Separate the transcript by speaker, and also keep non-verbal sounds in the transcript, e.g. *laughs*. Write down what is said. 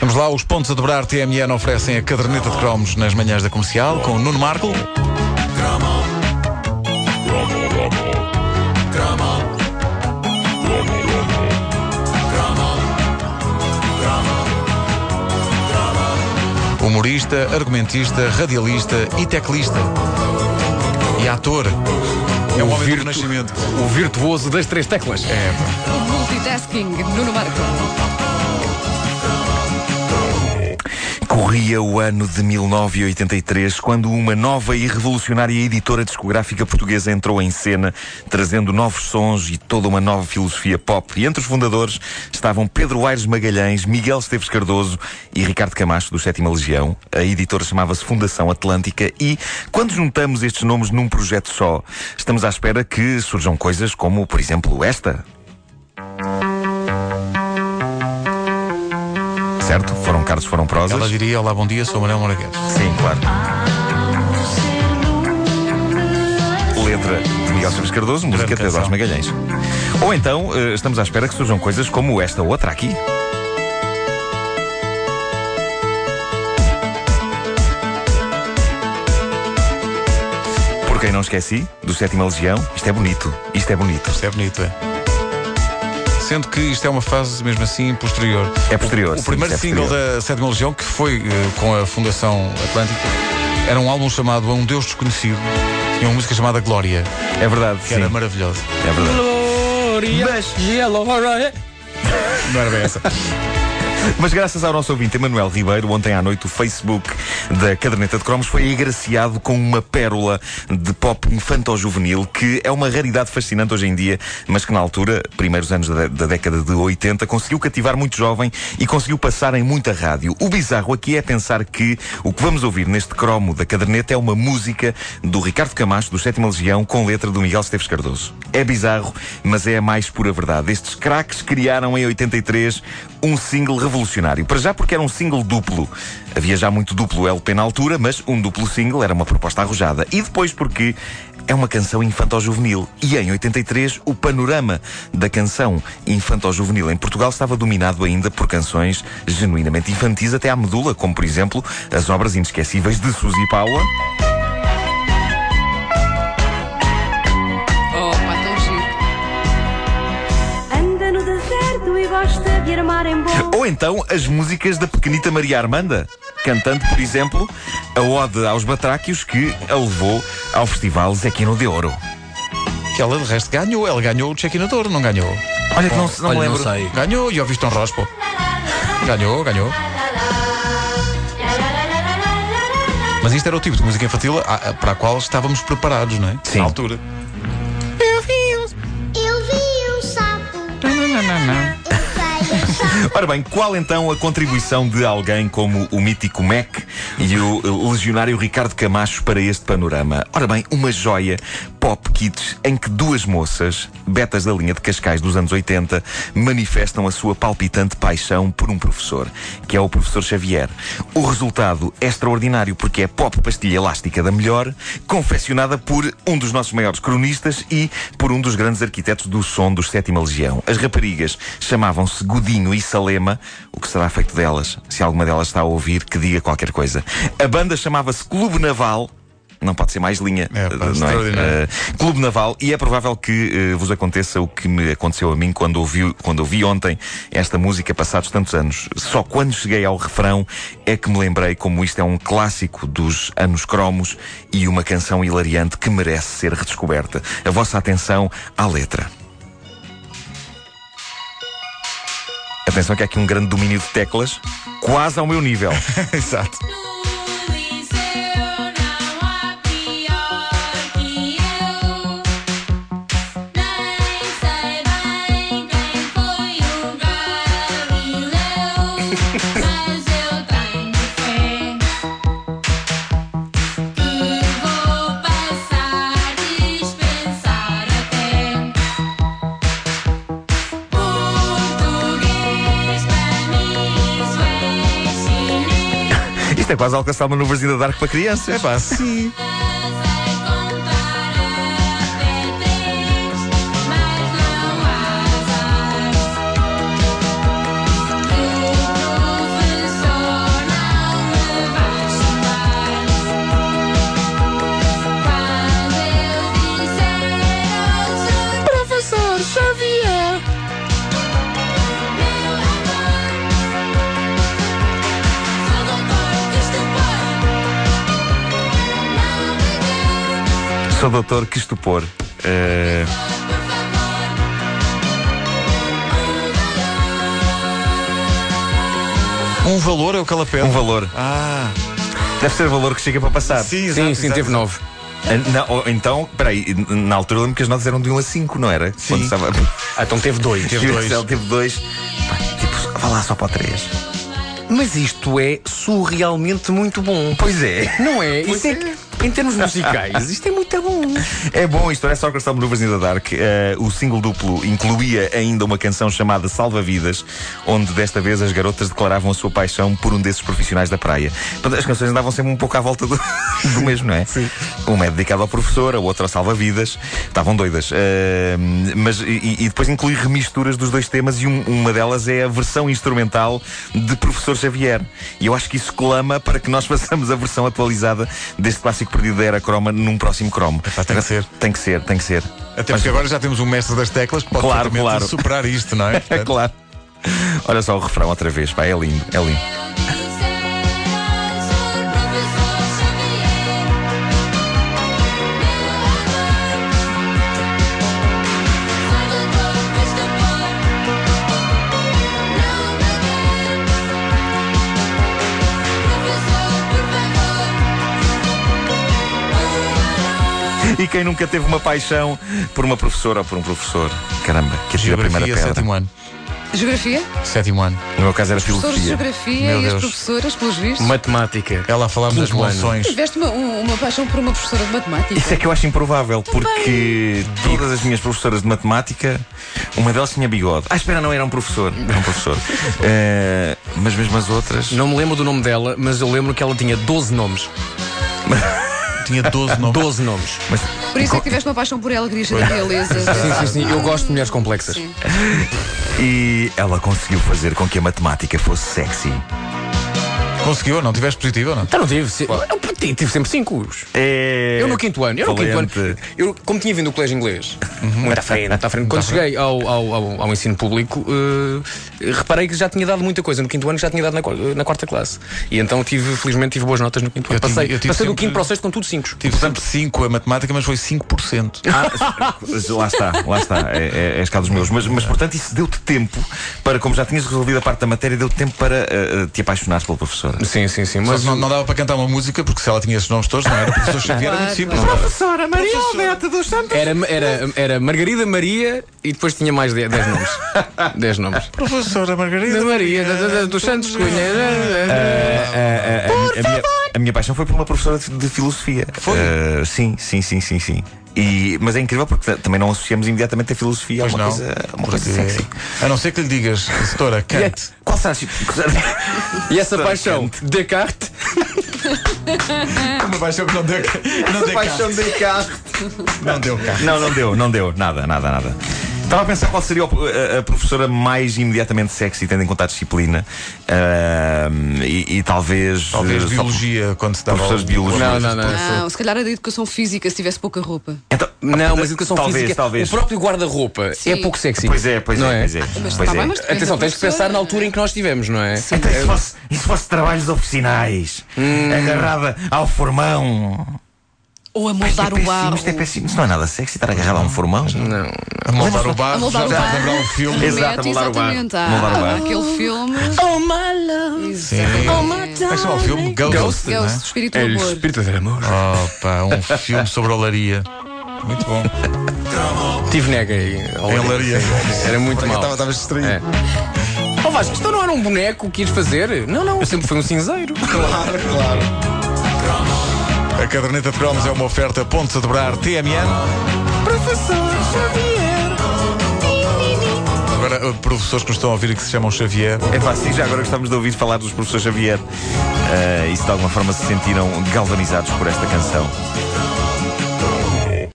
Speaker 1: Vamos lá, os pontos a dobrar TMN oferecem a caderneta de cromos nas manhãs da comercial com o Nuno Marco. Humorista, argumentista, radialista e teclista. E ator. É um homem do
Speaker 2: virtu-
Speaker 1: nascimento.
Speaker 2: O virtuoso das três teclas.
Speaker 1: É,
Speaker 3: Multitasking, Nuno Marco.
Speaker 4: Corria o ano de 1983, quando uma nova e revolucionária editora discográfica portuguesa entrou em cena, trazendo novos sons e toda uma nova filosofia pop. E entre os fundadores estavam Pedro Aires Magalhães, Miguel Esteves Cardoso e Ricardo Camacho, do Sétima Legião. A editora chamava-se Fundação Atlântica e, quando juntamos estes nomes num projeto só, estamos à espera que surjam coisas como, por exemplo, esta. Certo? Foram Carlos, foram prosas.
Speaker 1: ela diria: Olá, bom dia, sou Manuel Moragues.
Speaker 4: Sim, claro. Letra de Miguel Silves Cardoso, música de
Speaker 1: canção.
Speaker 4: Pedro Magalhães. Ou então, eh, estamos à espera que surjam coisas como esta outra aqui. Por quem não esqueci, do Sétima Legião, isto é bonito, isto é bonito.
Speaker 1: Isto é bonito, é. Sendo que isto é uma fase, mesmo assim, posterior.
Speaker 4: É posterior,
Speaker 1: O, o
Speaker 4: sim,
Speaker 1: primeiro
Speaker 4: é
Speaker 1: single
Speaker 4: posterior.
Speaker 1: da Sétima Legião, que foi eh, com a Fundação Atlântica, era um álbum chamado A Um Deus Desconhecido. Tinha uma música chamada Glória,
Speaker 4: É verdade,
Speaker 1: que
Speaker 4: sim,
Speaker 1: era maravilhosa.
Speaker 4: é verdade.
Speaker 2: Mas... Glória.
Speaker 1: Não era bem *laughs* essa.
Speaker 4: Mas graças ao nosso ouvinte Emanuel Ribeiro, ontem à noite o Facebook da Caderneta de Cromos foi agraciado com uma pérola de pop infanto-juvenil que é uma raridade fascinante hoje em dia, mas que na altura, primeiros anos da, da década de 80, conseguiu cativar muito jovem e conseguiu passar em muita rádio. O bizarro aqui é pensar que o que vamos ouvir neste cromo da Caderneta é uma música do Ricardo Camacho, do Sétima Legião, com letra do Miguel Esteves Cardoso. É bizarro, mas é a mais pura verdade. Estes craques criaram em 83 um single revolucionário. Para já porque era um single duplo. Havia já muito duplo LP na altura, mas um duplo single era uma proposta arrojada. E depois porque é uma canção infanto-juvenil. E em 83, o panorama da canção infanto-juvenil em Portugal estava dominado ainda por canções genuinamente infantis até à medula, como por exemplo as obras inesquecíveis de Suzy Paula.
Speaker 3: Oh, pá, tão giro.
Speaker 5: Anda no deserto e gosta de armar em bom.
Speaker 4: Ou então as músicas da pequenita Maria Armanda, cantando, por exemplo, a Ode aos Batráquios que a levou ao Festival Zequino de Ouro.
Speaker 1: que ela, de resto, ganhou. Ela ganhou o check-in Adoro, não ganhou?
Speaker 4: Olha que não, se- não me
Speaker 2: Olha, não
Speaker 4: lembro.
Speaker 2: sei.
Speaker 1: Ganhou e ouviste um rospo. Ganhou, ganhou. Mas isto era o tipo de música infantil a- a- para a qual estávamos preparados, não é?
Speaker 4: Sim.
Speaker 1: Na altura.
Speaker 6: Eu vi um, eu vi um sapo. Eu sei, eu sapo.
Speaker 4: Ora bem, qual então a contribuição de alguém como o mítico Mac e o eh, legionário Ricardo Camacho para este panorama? Ora bem, uma joia pop kids em que duas moças, betas da linha de Cascais dos anos 80, manifestam a sua palpitante paixão por um professor, que é o professor Xavier. O resultado é extraordinário porque é pop pastilha elástica da melhor, confeccionada por um dos nossos maiores cronistas e por um dos grandes arquitetos do som dos Sétima Legião. As raparigas chamavam-se Godinho e Salema, o que será feito delas, se alguma delas está a ouvir, que diga qualquer coisa. A banda chamava-se Clube Naval. Não pode ser mais linha,
Speaker 1: É, pá,
Speaker 4: não
Speaker 1: extraordinário.
Speaker 4: Uh, Clube Naval, e é provável que uh, vos aconteça o que me aconteceu a mim quando ouvi, quando ouvi ontem esta música, passados tantos anos. Só quando cheguei ao refrão é que me lembrei como isto é um clássico dos anos cromos e uma canção hilariante que merece ser redescoberta. A vossa atenção à letra. Atenção que há aqui um grande domínio de teclas, quase ao meu nível.
Speaker 1: Exato.
Speaker 7: No liceu não há pior que eu Nem sei bem quem foi o Galileu Mas eu tenho fé Que vou passar, dispensar até Português para mim isso é chinês
Speaker 4: Isto é quase alcançar uma nuversinha de arco para crianças.
Speaker 1: É pá, sim.
Speaker 7: Sei contar até três, mas não há azar. O professor
Speaker 4: Sou doutor, que estupor. Eh,
Speaker 1: Um valor é o que ela pede.
Speaker 4: um valor.
Speaker 1: Ah,
Speaker 4: Deve ser o valor que chega para passar.
Speaker 2: Sim, sim, teve nove.
Speaker 4: Ah, não, ou então, peraí, na altura lembro que as notas eram de 1 a 5, não era?
Speaker 1: Sim.
Speaker 4: Quando estava...
Speaker 2: Ah, então teve dois.
Speaker 1: Teve
Speaker 4: E o
Speaker 1: dois.
Speaker 4: Marcelo teve dois. Pá, Tipo, vá lá só para o 3.
Speaker 2: Mas isto é surrealmente muito bom.
Speaker 4: Pois é.
Speaker 2: Não é? Isso é que, em termos musicais, isto é muito bom.
Speaker 4: É bom isto, é só Crystal Nuvens in the Dark. Eh, o single duplo incluía ainda uma canção chamada Salva Vidas, onde desta vez as garotas declaravam a sua paixão por um desses profissionais da praia. Portanto, as canções andavam sempre um pouco à volta do, *laughs* do mesmo, não é? Sim. Uma é dedicada ao professor, a outra ao Salva Vidas. Estavam doidas. Eh, mas, e, e depois inclui remisturas dos dois temas e um- uma delas é a versão instrumental de Professor Xavier. E eu acho que isso clama para que nós *laughs* façamos a versão atualizada deste clássico perdido da era croma num próximo cromo.
Speaker 1: Epá, tem que ser.
Speaker 4: Tem que ser, É tem que ser.
Speaker 1: até
Speaker 4: Mas-
Speaker 1: porque agora já temos um mestre das teclas que pode
Speaker 4: Claro,
Speaker 1: certamente
Speaker 4: claro.
Speaker 1: superar isto, não
Speaker 2: *laughs*
Speaker 1: é?
Speaker 4: É claro. Olha só o refrão outra vez, pá, é lindo, é lindo. E quem nunca teve uma paixão por uma professora ou por um professor? Caramba, que atira a primeira
Speaker 1: Geografia,
Speaker 4: pedra.
Speaker 1: sétimo ano.
Speaker 3: Geografia?
Speaker 1: Sétimo ano.
Speaker 4: No meu caso era
Speaker 3: Professores de
Speaker 4: filosofia.
Speaker 3: geografia
Speaker 1: Meu
Speaker 3: e as
Speaker 1: Deus.
Speaker 3: professoras, pelos vistos.
Speaker 2: Matemática.
Speaker 1: Ela falava das
Speaker 2: Quinto ano.
Speaker 1: moções.
Speaker 3: Tiveste uma, um- uma paixão por uma professora de matemática.
Speaker 4: Isso é que eu acho improvável, porque todas as minhas professoras de matemática, uma delas tinha bigode. Ah, espera, não, era um professor. Era um
Speaker 2: *laughs*
Speaker 4: professor. Eh, mas mesmo as outras.
Speaker 2: Não me lembro do nome dela, mas eu lembro que ela tinha 12 nomes.
Speaker 1: Tinha 12 nomes.
Speaker 2: 12 nomes.
Speaker 4: Mas,
Speaker 3: Por isso é que tiveste uma paixão por alegrias da realeza.
Speaker 2: Sim, sim, sim. Eu gosto de mulheres complexas.
Speaker 3: Sim.
Speaker 4: e ela conseguiu fazer com que a matemática fosse sexy.
Speaker 1: Conseguiu ou não? Tiveste positivo ou não?
Speaker 2: Então não tive. se- Eu tive tive sempre 5.
Speaker 4: É...
Speaker 2: Eu no quinto ano, eu no quinto ano,
Speaker 4: valente.
Speaker 2: eu, como tinha vindo do colégio inglês, muito à frente, muito à frente. Uhum. Quando cheguei ao, ao, ao, ao ensino público, eh, reparei que já tinha dado muita coisa. No quinto ano que já tinha dado na, qua- na quarta classe. E então tive, felizmente, tive boas notas no quinto ano.
Speaker 1: Eu tive-
Speaker 2: passei
Speaker 1: eu tive
Speaker 2: passei do
Speaker 1: sempre-
Speaker 2: quinto para o sexto com tudo cinco.
Speaker 1: Tive sempre 5 a matemática, mas foi 5%.
Speaker 4: Ah, lá está, lá está. É, é, é escala dos meus. Mas, mas, portanto, isso deu-te tempo para, como já tinhas resolvido a parte da matéria, deu-te tempo para ah, ah, te apaixonares pela professora.
Speaker 2: Sim, sim, sim.
Speaker 1: Mas
Speaker 2: Mas
Speaker 1: não, não dava para cantar uma música, porque se ela tinha esses nomes todos, não era professor Xavier, era muito simples.
Speaker 2: professora Maria Alberta dos Santos. Era, era, era Margarida Maria e depois tinha mais 10 nomes. 10 nomes.
Speaker 1: Professora Margarida.
Speaker 2: Da Maria da- da- da- dos Santos Cunha.
Speaker 4: Ah, ah, a, minha- a minha, a minha paixão foi por uma professora de, de filosofia.
Speaker 1: Foi?
Speaker 4: Ah, sim, sim, sim, sim, sim. E, mas é incrível porque também não associamos imediatamente a filosofia
Speaker 1: Pois
Speaker 4: a uma
Speaker 1: não.
Speaker 4: coisa, a uma coisa
Speaker 1: Porque-
Speaker 4: sexy.
Speaker 1: A não ser que lhe digas, setora, cante.
Speaker 4: é. Qual será? a-
Speaker 2: E essa paixão, Descartes.
Speaker 1: Uma paixão que não deu,
Speaker 4: *laughs*
Speaker 1: não deu cá.
Speaker 4: de carro.
Speaker 1: Não deu cá.
Speaker 4: Não, não deu, não deu. Nada, nada, nada. Estava a pensar qual seria o- eh, a, a professora mais imediatamente sexy, tendo em conta a disciplina. Ahm, e, e talvez.
Speaker 1: Talvez
Speaker 4: eh, só-
Speaker 1: biologia, quando se dava.
Speaker 4: Professores de biologia.
Speaker 2: Não, não,
Speaker 1: É
Speaker 2: não.
Speaker 3: Não, Ah, se calhar a de educação física se tivesse pouca roupa.
Speaker 4: Então-
Speaker 2: Não, mas educação
Speaker 4: talvez,
Speaker 2: física. é
Speaker 4: Talvez,
Speaker 2: O próprio guarda-roupa
Speaker 3: Sim.
Speaker 2: é pouco sexy.
Speaker 4: Pois é, pois
Speaker 2: não
Speaker 4: é, pois é.
Speaker 3: Mas
Speaker 4: pois
Speaker 3: tá
Speaker 4: é.
Speaker 3: bem, mas tu és
Speaker 2: Atenção,
Speaker 3: a
Speaker 2: tens que
Speaker 3: professora.
Speaker 2: pensar na altura em que nós estivemos, não é?
Speaker 3: Sim.
Speaker 4: Então, e se fosse, e se fosse trabalhos oficinais?
Speaker 2: Hum.
Speaker 4: Agarrada ao formão.
Speaker 3: Ou a moldar
Speaker 4: Isto é
Speaker 3: o
Speaker 4: péssimo,
Speaker 3: barro.
Speaker 4: Isto é péssimo. Isto não é nada sexy, estar agarrada a um formão.
Speaker 2: Não.
Speaker 1: A moldar o bar,
Speaker 3: A moldar
Speaker 1: já
Speaker 3: o
Speaker 1: me faz
Speaker 3: bar.
Speaker 1: lembrar um filme.
Speaker 4: Exato,
Speaker 3: Mete,
Speaker 4: a moldar o barro.
Speaker 3: exatamente, ah,
Speaker 4: Moldar o barro.
Speaker 3: Aquele filme.
Speaker 2: Oh my love.
Speaker 3: Exatamente.
Speaker 1: Como é que se chama o filme? Ghost.
Speaker 2: Ghost.
Speaker 1: não é?
Speaker 3: Ghost, espírito do amor.
Speaker 2: de amor.
Speaker 1: Opa, um
Speaker 2: *laughs*
Speaker 1: filme sobre a olaria. Muito bom.
Speaker 2: Tive nega aí.
Speaker 1: Em olaria.
Speaker 4: é
Speaker 2: Era muito mal.
Speaker 1: Estava- Estavas distraído.
Speaker 2: É. Oh Vasco, isto não era um boneco que ias fazer? Não, não, sempre foi um cinzeiro.
Speaker 1: A caderneta de cromos é uma oferta ponto a dobrar
Speaker 4: Ah.
Speaker 1: TMN. Agora, eh, professores que nos estão a ouvir e que se chamam Xavier.
Speaker 4: É fácil, já agora gostamos de ouvir falar dos Eh, professores Xavier. Ah, e se de alguma forma se sentiram galvanizados por esta canção.